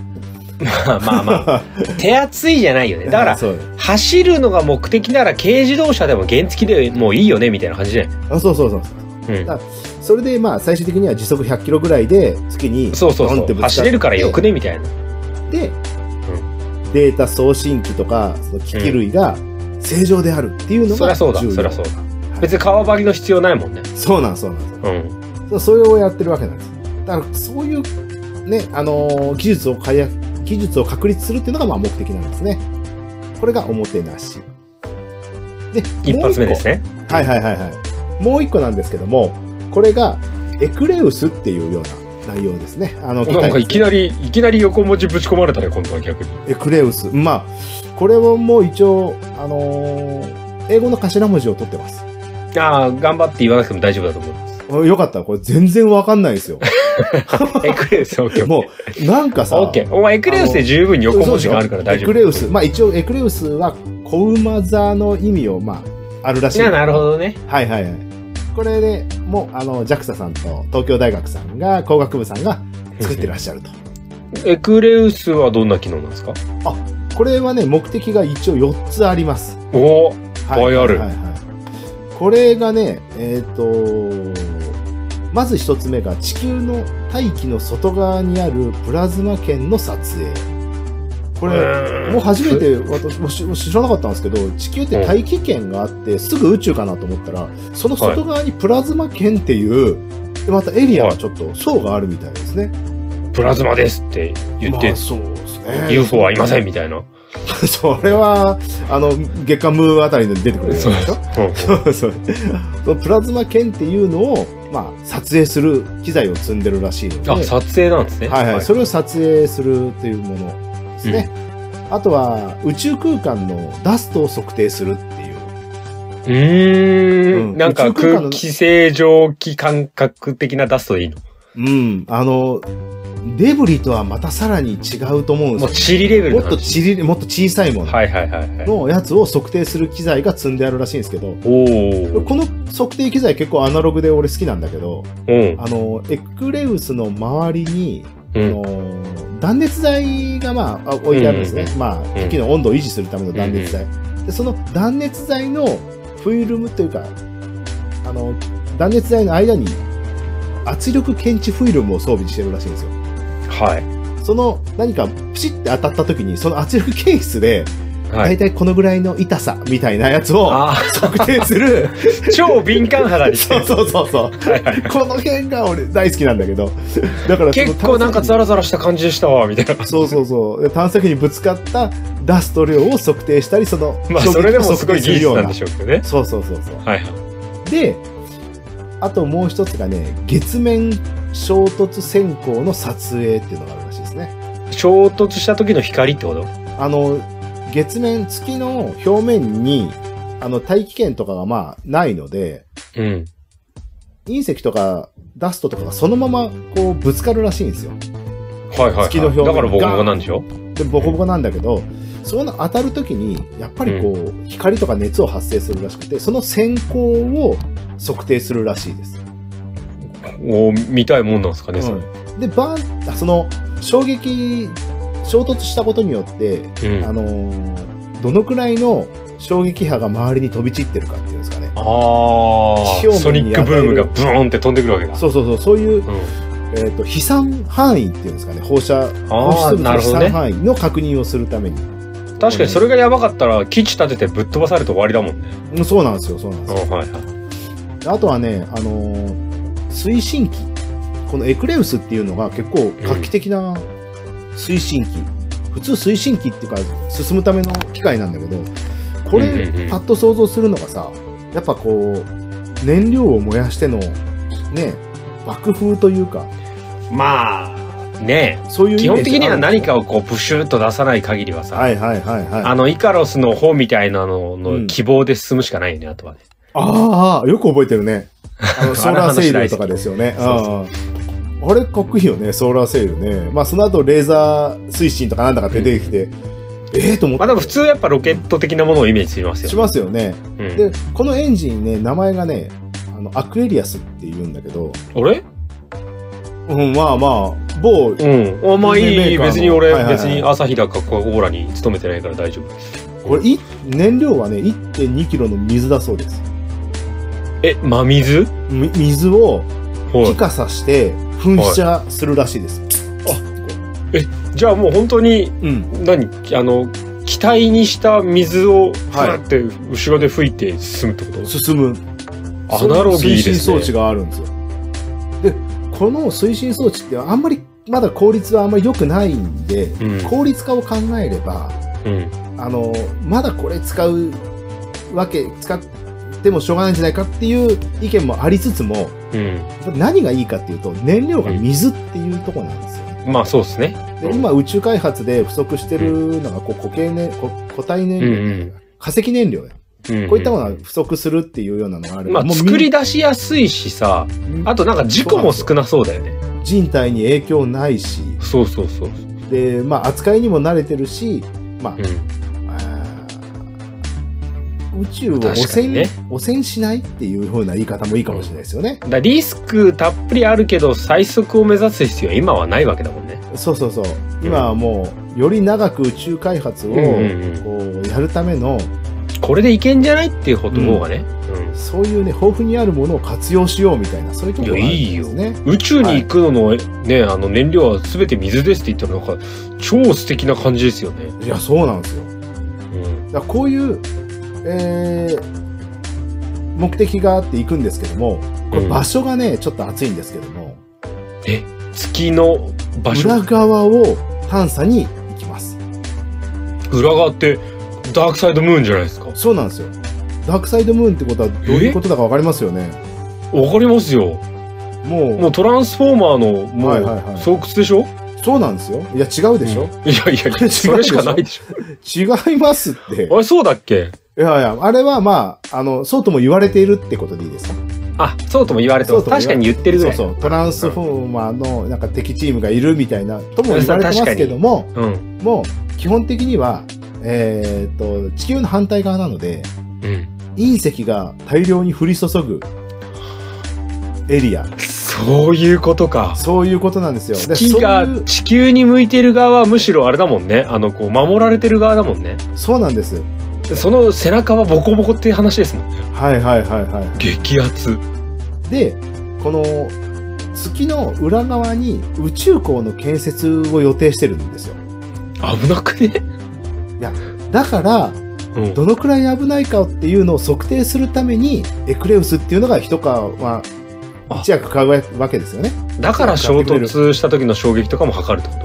Speaker 4: まあまあまあ。手厚いじゃない [LAUGHS] よね。だから、
Speaker 3: そう
Speaker 4: 走るのが目的なら軽自動車でも原付でもういいよね、みたいな感じで。
Speaker 3: あそうそうそう。
Speaker 4: うん。
Speaker 3: それでまあ最終的には時速100キロぐらいで月に
Speaker 4: そうそう
Speaker 3: ドンっ
Speaker 4: そ
Speaker 3: て
Speaker 4: う。
Speaker 3: ぶつ
Speaker 4: 走れるからよくね、みたいな。
Speaker 3: で、データ送信機とかその機器類が正常であるっていうの
Speaker 4: そり
Speaker 3: が
Speaker 4: ゃそうだ、
Speaker 3: 重要
Speaker 4: そりゃそうだ。別に川張りの必要ないもんね。
Speaker 3: そうなんそうなんそう
Speaker 4: うん。
Speaker 3: そうそれをやってるわけなんですだからそういうねあのー技術を開発技術を確立するっていうのがまあ目的なんですねこれがおもてなしで
Speaker 4: 一発目です
Speaker 3: ね
Speaker 4: ね。
Speaker 3: はいはいはいはいもう一個なんですけどもこれがエクレウスっていうような内容ですね。あの、
Speaker 4: なんかいき
Speaker 3: り
Speaker 4: なり、いきなり横文字ぶち込まれたね、今度は逆に。
Speaker 3: エクレウス。まあ、これをもう一応、あのー英語の頭文字を取ってます。
Speaker 4: ああ、頑張って言わなくても大丈夫だと思います。
Speaker 3: あよかった。これ全然わかんない
Speaker 4: [LAUGHS]
Speaker 3: ですよ。
Speaker 4: エクレウス、オッケー。
Speaker 3: もう、なんかさ、
Speaker 4: オッケー。お前、エクレウスで十分に横文字があるから大丈夫。
Speaker 3: エクレウス。まあ一応、エクレウスは小馬座の意味を、まあ、あるらしい。
Speaker 4: いやなるほどね。
Speaker 3: はいはいはい。これで、もう、あの、JAXA さんと東京大学さんが、工学部さんが作ってらっしゃると。
Speaker 4: エクレウスはどんな機能なんですか
Speaker 3: これはね、目的が一応4つあります。
Speaker 4: おお
Speaker 3: はい
Speaker 4: いっぱいある
Speaker 3: はいはいこれがね、えっ、と、まず一つ目が地球の大気の外側にあるプラズマ圏の撮影。これ、もう初めて私もしも知らなかったんですけど、地球って大気圏があって、すぐ宇宙かなと思ったら、その外側にプラズマ圏っていう、でまたエリアがちょっと層があるみたいですね。
Speaker 4: プラズマですって言って
Speaker 3: まあ、、そうですね。 [LAUGHS]
Speaker 4: UFO はいませんみたいな。
Speaker 3: それは、あの、月刊ムーあたりで出てくるやつでしょ
Speaker 4: うん [LAUGHS]
Speaker 3: そうそう。そのプラズマ剣っていうのを、まあ、撮影する機材を積んでるらしいので。
Speaker 4: あ、撮影なんですね。
Speaker 3: はいはい。それを撮影するというものですね。あとは、宇宙空間のダストを測定するっていう。
Speaker 4: うー
Speaker 3: うん
Speaker 4: ん。なんか
Speaker 3: 宇宙空間の
Speaker 4: 空気清浄機感覚的な出すといいの。
Speaker 3: うん。あの、デブリとはまたさらに違うと思うん
Speaker 4: も
Speaker 3: で
Speaker 4: う
Speaker 3: す
Speaker 4: チリレベ
Speaker 3: よ。も
Speaker 4: ルの
Speaker 3: っと
Speaker 4: 話。
Speaker 3: ちり、もっと小さいもの
Speaker 4: はいはいはいはい。
Speaker 3: のやつを測定する機材が積んであるらしいんですけど、
Speaker 4: おお。
Speaker 3: この測定機材結構アナログで俺好きなんだけど、
Speaker 4: うん。
Speaker 3: あの、エクレウスの周りに、
Speaker 4: う
Speaker 3: あ
Speaker 4: ん。
Speaker 3: の断熱材が、まあ、あ置いてあるんですね
Speaker 4: うんうん、
Speaker 3: まあ、機器の温度を維持するための断熱材、でその断熱材のフィルムというかあの断熱材の間に圧力検知フィルムを装備してるらしいんですよ
Speaker 4: は
Speaker 3: その何かプシッて当たった時にその圧力検出で、
Speaker 4: い。は
Speaker 3: 大
Speaker 4: い。
Speaker 3: 体このぐらいの痛さみたいなやつを
Speaker 4: あ
Speaker 3: 測定す
Speaker 4: [LAUGHS]
Speaker 3: る
Speaker 4: ー超敏感肌にして
Speaker 3: そう
Speaker 4: る。
Speaker 3: そうそうそう
Speaker 4: はいはい
Speaker 3: この辺が俺大好きなんだけどだからその
Speaker 4: 結構なんかザラザラした感じでしたわ、み
Speaker 3: [LAUGHS]
Speaker 4: たいな。
Speaker 3: そうそうそう。で探査機にぶつかったダスト量を測定したり、その、
Speaker 4: まあ、それでもすごい技術なんでし
Speaker 3: ょ
Speaker 4: ょうけどね。
Speaker 3: そうそうそうそ
Speaker 4: はいはい。
Speaker 3: う。で、あともう一つがね、月面衝突閃光の撮影っていうのがあるらしいですね。
Speaker 4: 衝突した時の光ってこと
Speaker 3: あの、月面、月の表面に、あの、大気圏とかがまあ、ないので、
Speaker 4: うん。
Speaker 3: 隕石とかダストとかがそのままこうぶつかるらしいんですよ。
Speaker 4: はいはい、はい。
Speaker 3: 月の表面
Speaker 4: だから僕もなんでしょ
Speaker 3: で、ボコボコなんだけど、その当たるときに、やっぱりこう、光とか熱を発生するらしくて、その閃光を測定するらしいです。
Speaker 4: お見たいもんなんですかね、それ。
Speaker 3: うんで、バーン、あその、衝撃、衝突したことによって、
Speaker 4: うん。
Speaker 3: あのーどのくらいの衝撃波が周りに飛び散ってるかっていうんですかね。
Speaker 4: ああ
Speaker 3: 地
Speaker 4: ー、
Speaker 3: 表
Speaker 4: ソ
Speaker 3: 面
Speaker 4: ニ
Speaker 3: に
Speaker 4: ック
Speaker 3: 与
Speaker 4: ブ
Speaker 3: える
Speaker 4: ームがブーンって飛んでくるわけだ。
Speaker 3: そうそうそう、そういう、
Speaker 4: うん、
Speaker 3: えっ、と、飛散範囲っていうんですかね、放射、
Speaker 4: あ
Speaker 3: 放
Speaker 4: あ、
Speaker 3: 出物
Speaker 4: な
Speaker 3: の
Speaker 4: る
Speaker 3: 飛
Speaker 4: ほど
Speaker 3: 散
Speaker 4: ね。
Speaker 3: 範囲の確認をするために。
Speaker 4: 確かにそれがやばかったら、基地立ててぶっ飛ばされて終わりだもんね。
Speaker 3: うんそうなんですよ、そうなんです
Speaker 4: う
Speaker 3: よ
Speaker 4: ん、。はいはい。
Speaker 3: あとはね、あのー推進機。このエクレウスっていうのが結構画期的な推進機。普通推進機っていうか、進むための機械なんだけど、これ
Speaker 4: うんうんう、ん
Speaker 3: パッと想像するのがさ、やっぱこう、燃料を燃やしての、ね、爆風というか、
Speaker 4: まあ、ね
Speaker 3: そういう
Speaker 4: え。
Speaker 3: イ
Speaker 4: 基
Speaker 3: メ
Speaker 4: 本
Speaker 3: ージ
Speaker 4: 的に
Speaker 3: がある
Speaker 4: は
Speaker 3: んですよ
Speaker 4: 何かをこう、プシューッと出さない限りはさ、
Speaker 3: はいはいはいはい。
Speaker 4: あ
Speaker 3: あ
Speaker 4: の、イカロスの方みたいなの
Speaker 3: うん
Speaker 4: の希望で進むしかないよね、あとはね。
Speaker 3: あー、よく覚えてるね。 [LAUGHS] あのソーラーセイルとかですよね。
Speaker 4: 話大
Speaker 3: うんあれかっこいいよね、ソーラーセイルね。まあその後レーザー推進とかなんだか出てきて、ええと思っ
Speaker 4: ま
Speaker 3: て
Speaker 4: あでも普通やっぱロケット的なものをイメージしますよ
Speaker 3: し。ますよね。
Speaker 4: うん
Speaker 3: で、このエンジンね、名前がね、あの、アクエリアスって言うんだけど、
Speaker 4: あれ
Speaker 3: うん、まあまあ、某、
Speaker 4: うん。あまあい
Speaker 3: メー
Speaker 4: い。
Speaker 3: カーの
Speaker 4: 別に俺、
Speaker 3: はいはいはい
Speaker 4: 別に朝日だかコアラに勤めてないから大丈夫。
Speaker 3: これい、燃料はね、1.2キロの水だそうです。
Speaker 4: え、真水
Speaker 3: み水を
Speaker 4: は
Speaker 3: 気化させて噴射するらしいです。
Speaker 4: い。じゃあもう本当に
Speaker 3: うん。
Speaker 4: 何あの気体にした水をふ
Speaker 3: はい
Speaker 4: わって後ろで吹いて進むってこと、
Speaker 3: 進む。
Speaker 4: アナロギーです
Speaker 3: 推進
Speaker 4: ね
Speaker 3: 装置があるんですよ。で、この推進装置ってあんまり、まだ効率はあんまり良くないんで、
Speaker 4: うん
Speaker 3: 効率化を考えれば、
Speaker 4: うん
Speaker 3: あの、まだこれ使うわけ、使っってもしょうがないんじゃないかっていう意見もありつつも、
Speaker 4: うん。
Speaker 3: 何がいいかっていうと、燃料が水っていうところなんですよね。
Speaker 4: まあそうですね。
Speaker 3: で今、宇宙開発で不足してるのが、こう、固形燃、こ固体燃
Speaker 4: うんう
Speaker 3: 料、
Speaker 4: ん。
Speaker 3: 化石燃料や。
Speaker 4: うんん
Speaker 3: こういったものは不足するっていうようなのがある
Speaker 4: まあ作り出しやすいしさ、あとなんか事故も少
Speaker 3: い。
Speaker 4: なそうだよね。
Speaker 3: 人体に影響ないし、
Speaker 4: そうそうそう。
Speaker 3: で、まあ、扱いにも慣れてるし、まあ、
Speaker 4: うん。
Speaker 3: あー宇宙を汚
Speaker 4: 確か
Speaker 3: 染、
Speaker 4: にね
Speaker 3: 汚染しないっていう風な言い方もいいかもしれないですよね。
Speaker 4: だからリスクたっぷりあるけど、最速を目指す必要は今はないわけだもんね。
Speaker 3: そうそうそう。今はもう、より長く宇宙開発を、
Speaker 4: うんうんうん
Speaker 3: こう、やるための、
Speaker 4: これでいけんじゃないっていう方法がね、うん
Speaker 3: そういうね、豊富にあるものを活用しようみたいな、そういうところがあるんですね。
Speaker 4: 宇宙に行くのの、ね、あの燃料は全て水ですって言ったらなんか、超素敵な感じですよね。
Speaker 3: いや、そうなんですよ。だからこういう、えー、目的があって行くんですけども、こ
Speaker 4: う
Speaker 3: れ
Speaker 4: ん
Speaker 3: 場所がね、ちょっと暑いんですけども、
Speaker 4: え、月の場所、
Speaker 3: 裏
Speaker 4: 裏
Speaker 3: 側を探査に行きます。
Speaker 4: 側って、ダークサイドムーンじゃないですか。わか
Speaker 3: そうなんですよ。ダークサイドムーンってことはどういうことだかわかりますよね。
Speaker 4: りますよ。
Speaker 3: もう、
Speaker 4: もうトランスフォーマーの、も
Speaker 3: はいはいは
Speaker 4: う、
Speaker 3: い
Speaker 4: 巣窟でしょ、
Speaker 3: そうなんですよ。いや、違うでしょ、
Speaker 4: いやいや [LAUGHS] いや、それしかないでしょ。
Speaker 3: 違いますって。
Speaker 4: あれ、そうだっけ
Speaker 3: いやいや、あれはまあ、あの、そうとも言われているってことでいいですか
Speaker 4: あ、そうとも言われてま
Speaker 3: そう
Speaker 4: す。
Speaker 3: とも言われ
Speaker 4: 確かに言ってるぐ
Speaker 3: そ
Speaker 4: ら
Speaker 3: う
Speaker 4: い。
Speaker 3: そう。トランスフォーマーの、なんか敵チームがいるみたいな、とも言われてますけども、
Speaker 4: うん。
Speaker 3: もう、基本的には、えーっと、地球の反対側なので、
Speaker 4: うん。
Speaker 3: 隕石が大量に降り注ぐエリア。
Speaker 4: そういうことか。
Speaker 3: そういうことなんですよ。で
Speaker 4: 月が
Speaker 3: そういう
Speaker 4: 地球に向いてる側はむしろあれだもんね。あの、こう、守られてる側だもんね。
Speaker 3: そうなんです。
Speaker 4: でその背中はボコボコっていう話ですもんね。
Speaker 3: はいはいはいはい。
Speaker 4: 激圧。
Speaker 3: でこの月の裏側に宇宙港の建設を予定してるんですよ
Speaker 4: 危なくね
Speaker 3: だから
Speaker 4: うん。
Speaker 3: どのくらい危ないかっていうのを測定するためにエクレウスっていうのが一皮は
Speaker 4: あ
Speaker 3: 一役買うわけですよね
Speaker 4: だから衝突した時の衝撃とかも測るって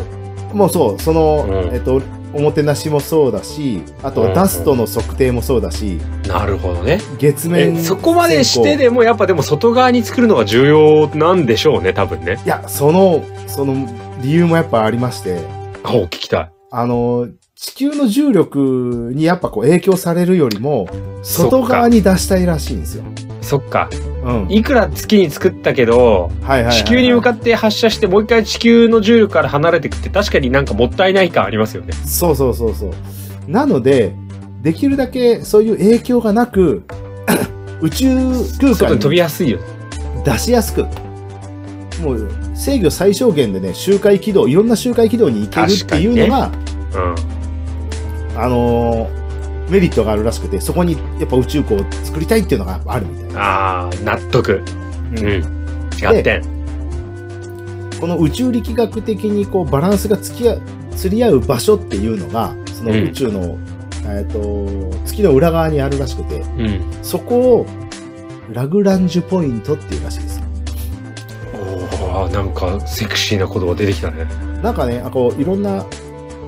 Speaker 4: こ
Speaker 3: もうそうその、
Speaker 4: うん
Speaker 3: えっとおもてなしもそうだしあと
Speaker 4: うんう
Speaker 3: は
Speaker 4: ん
Speaker 3: ダストの測定もそうだし、
Speaker 4: となるほどね。
Speaker 3: 月面
Speaker 4: え、そこまでし
Speaker 3: 潜
Speaker 4: て
Speaker 3: 航
Speaker 4: でもやっぱでも外側に作るのが重要なんでしょうね、多分ね。
Speaker 3: いやそのその理由もやっぱありまして
Speaker 4: あ、お聞きたい。
Speaker 3: あの、地球の重力にやっぱこう影響されるよりも、外側に出したいらしいんですよ。
Speaker 4: そっか。
Speaker 3: うん。
Speaker 4: いくら月に作ったけ
Speaker 3: は
Speaker 4: ど、
Speaker 3: いはいはいはい
Speaker 4: 地球に向かって発射してもう一回地球の重力から離れてくって確かになんかもったいない感ありますよね。
Speaker 3: そうそうそうそう。なので、できるだけそういう影響がなく、 [COUGHS] 宇宙空
Speaker 4: 外
Speaker 3: 間
Speaker 4: に飛び
Speaker 3: に
Speaker 4: やすいよ。
Speaker 3: 出しやすく、もう制御最小限でね、周回軌道、いろんな周回軌道に行けるっていうのが、
Speaker 4: うん。
Speaker 3: あのーメリットがあるらしくて、そこにやっぱ宇宙港を作りたいっていうのがあるみたいな。
Speaker 4: ああ、納得。うん。合ってん。
Speaker 3: この宇宙力学的にこうバランスがつきあ釣り合う場所っていうのがその
Speaker 4: うん
Speaker 3: 宇宙の、えっと月の裏側にあるらしくて
Speaker 4: うん。
Speaker 3: そこをラグランジュポイントっていうらしいです
Speaker 4: おお、なんかセクシーな言葉出てきたね。
Speaker 3: なんかねあこういろんな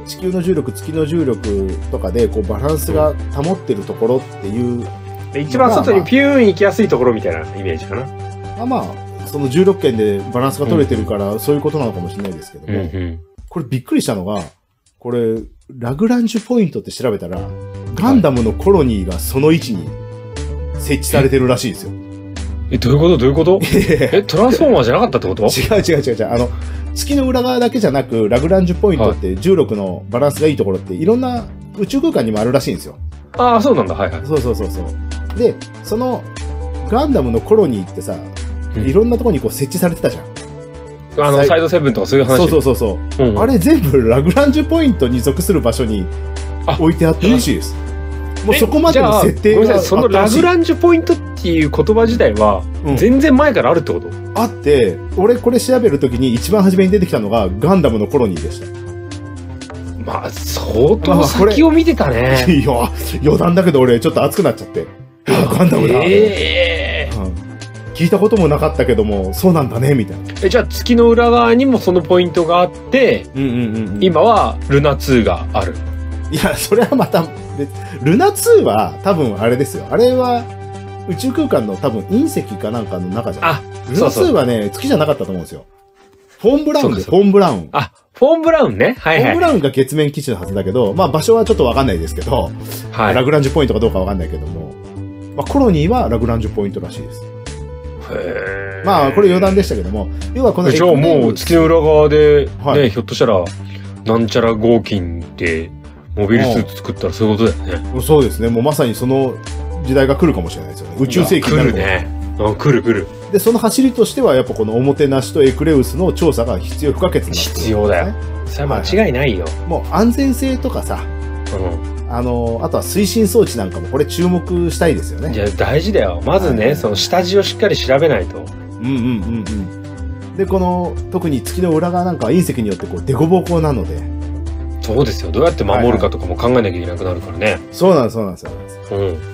Speaker 3: 地球の重力月の重力とかでこうバランスが保ってるところっていう、
Speaker 4: で一番外にピューン行きやすいところみたいなイメージかな。
Speaker 3: まあまあその16圏でバランスが取れてるから、そういうことなのかもしれないですけども、
Speaker 4: ん。
Speaker 3: これびっくりしたのが、これ、ラグランジュポイントって調べたら、ガンダムのコロニーがその位置に設置されてるらしいですよ。
Speaker 4: え、どういうことどういうこと [LAUGHS]
Speaker 3: 違
Speaker 4: え、トランスフォーマーじゃなかったってこと
Speaker 3: う違う違う違う。あの、月の裏側だけじゃなく、ラグランジュポイントって重力のバランスがいいところって、いろんな宇宙空間にもあるらしいんですよ。
Speaker 4: ああ、そうなんだ。はいはい。
Speaker 3: そうそうそうそう。で、その、ガンダムのコロニーってさ、
Speaker 4: うん
Speaker 3: いろんなとこにこう設置されてたじゃん。
Speaker 4: あ
Speaker 3: さ
Speaker 4: の、
Speaker 3: い
Speaker 4: サイドセブンとかそういう話。
Speaker 3: そうそうそうそう。
Speaker 4: うんうん
Speaker 3: あれ全部ラグランジュポイントに属する場所に
Speaker 4: あ
Speaker 3: 置いてあったらしいです。もう
Speaker 4: え
Speaker 3: そこまでの設定
Speaker 4: じゃあごめん
Speaker 3: があ
Speaker 4: な
Speaker 3: っ
Speaker 4: さいその
Speaker 3: た
Speaker 4: ラ
Speaker 3: らし
Speaker 4: グ
Speaker 3: い。
Speaker 4: ランジュポイントっていう言葉自体は、
Speaker 3: うん
Speaker 4: 全然前からあるってこと
Speaker 3: あって、俺これ調べるときに一番初めに出てきたのがガンダムのコロニーでした。
Speaker 4: まあ、相
Speaker 3: ま
Speaker 4: 当
Speaker 3: あこれ
Speaker 4: 先を見てたね。
Speaker 3: [LAUGHS] いや、余談だけど俺ちょっと熱くなっちゃって。あガンダムだ、
Speaker 4: ええ
Speaker 3: うん聞いたこともなかったけども、そうなんだね、みたいな。
Speaker 4: えじゃあ月の裏側にもそのポイントがあって、
Speaker 3: うんうんうん、今。
Speaker 4: 今はルナ2がある。
Speaker 3: いや、それはまた別、ルナ2は多分あれですよ。あれは、宇宙空間の多分隕石かなんかの中じゃない
Speaker 4: あ、
Speaker 3: ル
Speaker 4: そ
Speaker 3: ー
Speaker 4: う
Speaker 3: ス
Speaker 4: そう。
Speaker 3: はね、月じゃなかったと思うんですよ。フォン・ブラウンで、
Speaker 4: そうか
Speaker 3: フォン・ブラウン。
Speaker 4: あ、フォン・ブラウンね。は
Speaker 3: フ
Speaker 4: い
Speaker 3: ォ
Speaker 4: は
Speaker 3: ン・
Speaker 4: い
Speaker 3: ブ。ラウンが月面基地のはずだけど、まあ場所はちょっとわかんないですけど、
Speaker 4: はい。
Speaker 3: ラグランジュポイントかどうかわかんないけども、まあコロニーはラグランジュポイントらしいです。
Speaker 4: へー
Speaker 3: まあこれ余談でしたけども、要はこの
Speaker 4: じゃあもう月の裏側で、ね、
Speaker 3: はい
Speaker 4: ひょっとしたら、なんちゃら合金で、モビルスーツ作ったらそういうことだよね。
Speaker 3: そうですね、もうまさにその時代が来るかもしれないですよね。宇宙世紀にな
Speaker 4: 来
Speaker 3: る
Speaker 4: る
Speaker 3: かも
Speaker 4: ね。うん来る来る。
Speaker 3: で、その走りとしては、やっぱこのおもてなしとエクレウスの調査が必要不可欠な、
Speaker 4: 必要だよ。それは間違いないよ。
Speaker 3: もう安全性とかさ、
Speaker 4: う
Speaker 3: あの、あとは推進装置なんかもこれ注目したいですよ
Speaker 4: ん。い
Speaker 3: ね。
Speaker 4: や、大事だよ。まず
Speaker 3: は
Speaker 4: ね、
Speaker 3: い
Speaker 4: その下地をしっかり調べないと。
Speaker 3: うんうんうんうん。で、この、特に月の裏側なんかは隕石によってこう、凸凹なので、
Speaker 4: そうですよ。どうやって守るかとかも考えなきゃいけなくなるからね。
Speaker 3: そうなんです、そうなんです、そうなんです。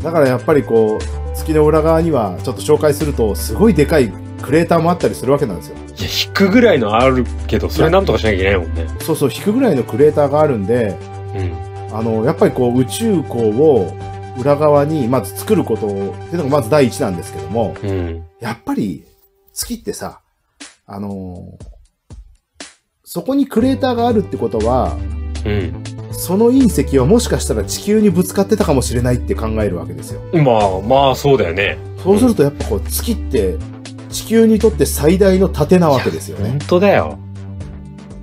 Speaker 4: うん。
Speaker 3: だからやっぱりこう、月の裏側には、ちょっと紹介すると、すごいでかいクレーターもあったりするわけなんですよ。
Speaker 4: いや、引くぐらいのあるけど、それなんとかしなきゃいけないもんね。
Speaker 3: そうそう、引くぐらいのクレーターがあるんで、
Speaker 4: うん。
Speaker 3: あの、やっぱりこう、宇宙港を裏側にまず作ることっていうのがまず第一なんですけども、
Speaker 4: うん。
Speaker 3: やっぱり月ってさ、あのーそこにクレーターがあるってことは、
Speaker 4: うん。
Speaker 3: その隕石はもしかしたら地球にぶつかってたかもしれないって考えるわけですよ。
Speaker 4: まあ、まあ、そうだよね。
Speaker 3: そうするとやっぱこう、月って地球にとって最大の盾なわけですよね。
Speaker 4: 本当だよ。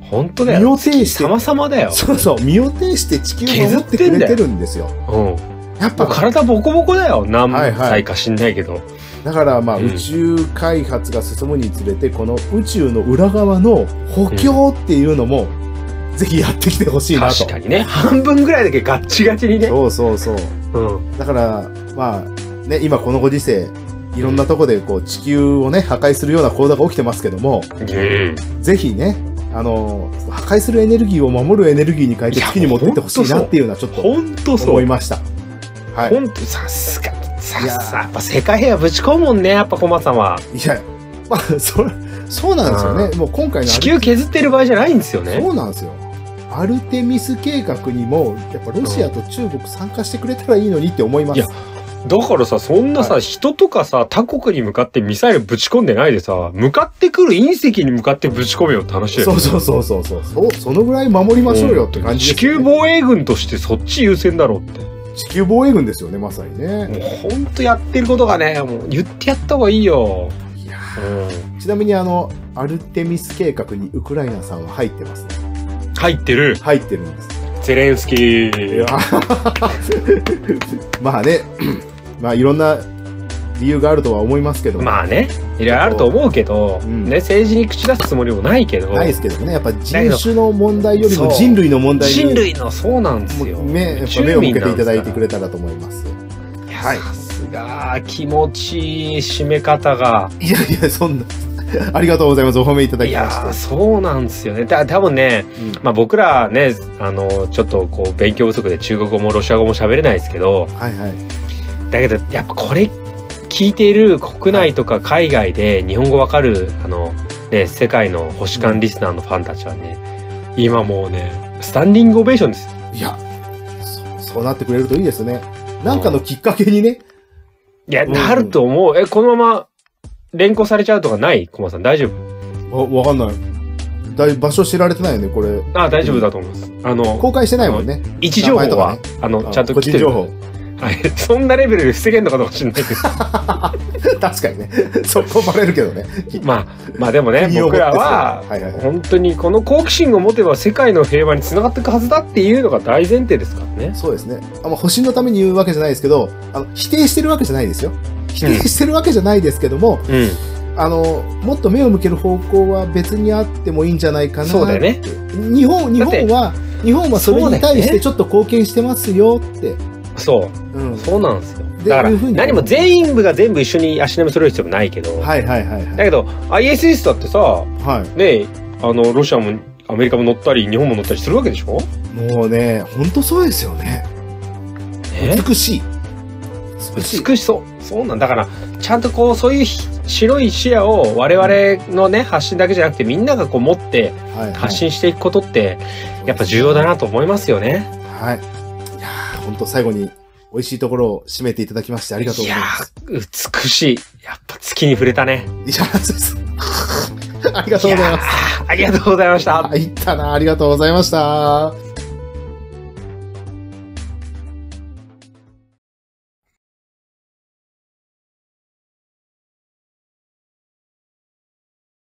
Speaker 4: 本当だよ。
Speaker 3: 身を挺して
Speaker 4: 様々だよ。
Speaker 3: そうそう、身を挺して地球を守ってくれてるんですよ。
Speaker 4: うん。
Speaker 3: やっぱ
Speaker 4: もう体ボコボコだよ。何
Speaker 3: はいはい
Speaker 4: 歳か知んないけど。
Speaker 3: だからまあ
Speaker 4: うん
Speaker 3: 宇宙開発が進むにつれて、この宇宙の裏側の補強っていうのも、ぜひやってきてほしいなと。
Speaker 4: 確かにね。半分ぐらいだけガッチガチにね。
Speaker 3: そうそうそう。
Speaker 4: うん。
Speaker 3: だから、まあ、ね、今このご時世、いろんなとこでこう地球をね、破壊するような行動が起きてますけども、
Speaker 4: うん。
Speaker 3: ぜひね、あの、破壊するエネルギーを守るエネルギーに変えて
Speaker 4: いや
Speaker 3: 月に持ってってほしいなっていうのはちょっと
Speaker 4: ほんとそ。
Speaker 3: 思いうました。はい。
Speaker 4: ほんと、さすが。さ
Speaker 3: いや
Speaker 4: すが。やっぱ世界平和ぶち込むもんね。やっぱ小松さんは。
Speaker 3: いや、まあ、それ、そうなんですよね。もう今回の
Speaker 4: 地球削ってる場合じゃないんですよね
Speaker 3: そ。うなんですよ。アルテミス計画にも、やっぱロシアと中国参加してくれたらいいのにって思います。
Speaker 4: いやだからさ、そんなさ、
Speaker 3: は
Speaker 4: 人とかさ、他国に向かってミサイルぶち込んでないでさ、向かってくる隕石に向かってぶち込めよって話だよね。
Speaker 3: そうそうそうそうそう。そうそのぐらい守りましょうよって感じ
Speaker 4: 地
Speaker 3: ですよ
Speaker 4: 球
Speaker 3: ね、
Speaker 4: 防衛軍としてそっち優先だろうって。
Speaker 3: 地球防衛軍ですよね、まさにね。
Speaker 4: もうほんとやってることがね、もう言ってやった方がいいよ。
Speaker 3: いや
Speaker 4: う
Speaker 3: ちなみにあの、アルテミス計画にウクライナさんは入ってますね。
Speaker 4: ん。入ってる。
Speaker 3: 入ってるんです。
Speaker 4: ゼレンスキ
Speaker 3: いや [LAUGHS]
Speaker 4: ー。
Speaker 3: まあね、 [CLEARS THROAT] まあいろんな理由があるとは思いますけども、
Speaker 4: まあね、いろいろあると思うけど、
Speaker 3: うん
Speaker 4: ね、政治に口出すつもりもないけど、
Speaker 3: ないですけどね、やっぱ人種の問題よりも
Speaker 4: そう
Speaker 3: 人類の問題に
Speaker 4: 人類のそうなんですよ。
Speaker 3: 目やっぱ目を向けていただいてくれたらと思います。
Speaker 4: れ。
Speaker 3: はい
Speaker 4: さすが、気持ちいい締め方が。
Speaker 3: いやいや、そんな。 [LAUGHS] ありがとうございます。お褒めいただ
Speaker 4: い
Speaker 3: き
Speaker 4: や
Speaker 3: まし
Speaker 4: ー、
Speaker 3: て。
Speaker 4: そうなんですよね。だ、多分ね、
Speaker 3: うん
Speaker 4: まあ僕らね、あの、ちょっとこう、勉強不足で中国語もロシア語も喋れないですけど、
Speaker 3: はいはい。
Speaker 4: だけどやっぱこれ聞いている国内とか海外で日本語わかるあの、ね、世界の星間リスナーのファンたちはね今もうねスタンディングオベーションです
Speaker 3: いや、そそうなってくれるといいですね。なんかのきっかけにね。
Speaker 4: いや、
Speaker 3: うん
Speaker 4: なると思うえこのまま連行されちゃうとかないコマさん大丈夫
Speaker 3: あ、わかんない。だい場所知られてないよね、これ。
Speaker 4: あ大丈夫だと思いますあの
Speaker 3: 公開してないもんね。
Speaker 4: 位置情報
Speaker 3: 名
Speaker 4: は、
Speaker 3: 前と
Speaker 4: あの
Speaker 3: あ
Speaker 4: ちゃんと
Speaker 3: 個
Speaker 4: 来
Speaker 3: 人
Speaker 4: てる
Speaker 3: 情報。
Speaker 4: [LAUGHS] はいそんなレベルで防げんのかどうか知んない
Speaker 3: [LAUGHS]
Speaker 4: けど
Speaker 3: 確かにね。 [LAUGHS] そこバレるけどね。
Speaker 4: まあまあ
Speaker 3: [LAUGHS]
Speaker 4: でもね
Speaker 3: 国を持っ
Speaker 4: 僕
Speaker 3: て
Speaker 4: らは
Speaker 3: そうはいはいはい
Speaker 4: 本当にこの好奇心を持てば世界の平和につながっていくはずだっていうのが大前提ですからね
Speaker 3: そうですね。あまあ、保身のために言うわけじゃないですけど、あの、否定してるわけじゃないですよ。否定してるわけじゃないですけども、
Speaker 4: うん
Speaker 3: あの、もっと目を向ける方向は別にあってもいいんじゃないかな。
Speaker 4: そうだよね。
Speaker 3: 日本、日
Speaker 4: だって
Speaker 3: 本は、日本はそれに
Speaker 4: そうだよね
Speaker 3: 対してちょっと貢献してますよって。
Speaker 4: そう
Speaker 3: うん。
Speaker 4: そうなんですよ
Speaker 3: で
Speaker 4: だから
Speaker 3: いうふうに
Speaker 4: 何も全員部が全部一緒に足並み揃える必要もないけど、
Speaker 3: はいはいはいは
Speaker 4: だ
Speaker 3: い。
Speaker 4: けど ISS だってさ
Speaker 3: は
Speaker 4: ねあのロシアもアメリカも乗ったり日本も乗ったりするわけでしょ
Speaker 3: い。もうね、ほんとそうですよね。美しい。美しい。
Speaker 4: 美しそうそうなんだからちゃんとこうそういうひ白い視野を我々のね発信だけじゃなくてみんながこう持って
Speaker 3: はい
Speaker 4: 発信していくことってやっぱ重要だ。なと思いますよね。
Speaker 3: はい。いやーほんと最後に、美味しいところを締めていただきましてありがとうございます。
Speaker 4: 美しい。やっぱ月に触れたね。
Speaker 3: [LAUGHS] いや、そうです。ありがとうございます。
Speaker 4: ありがとうございました。
Speaker 3: 入ったな、ありがとうございました。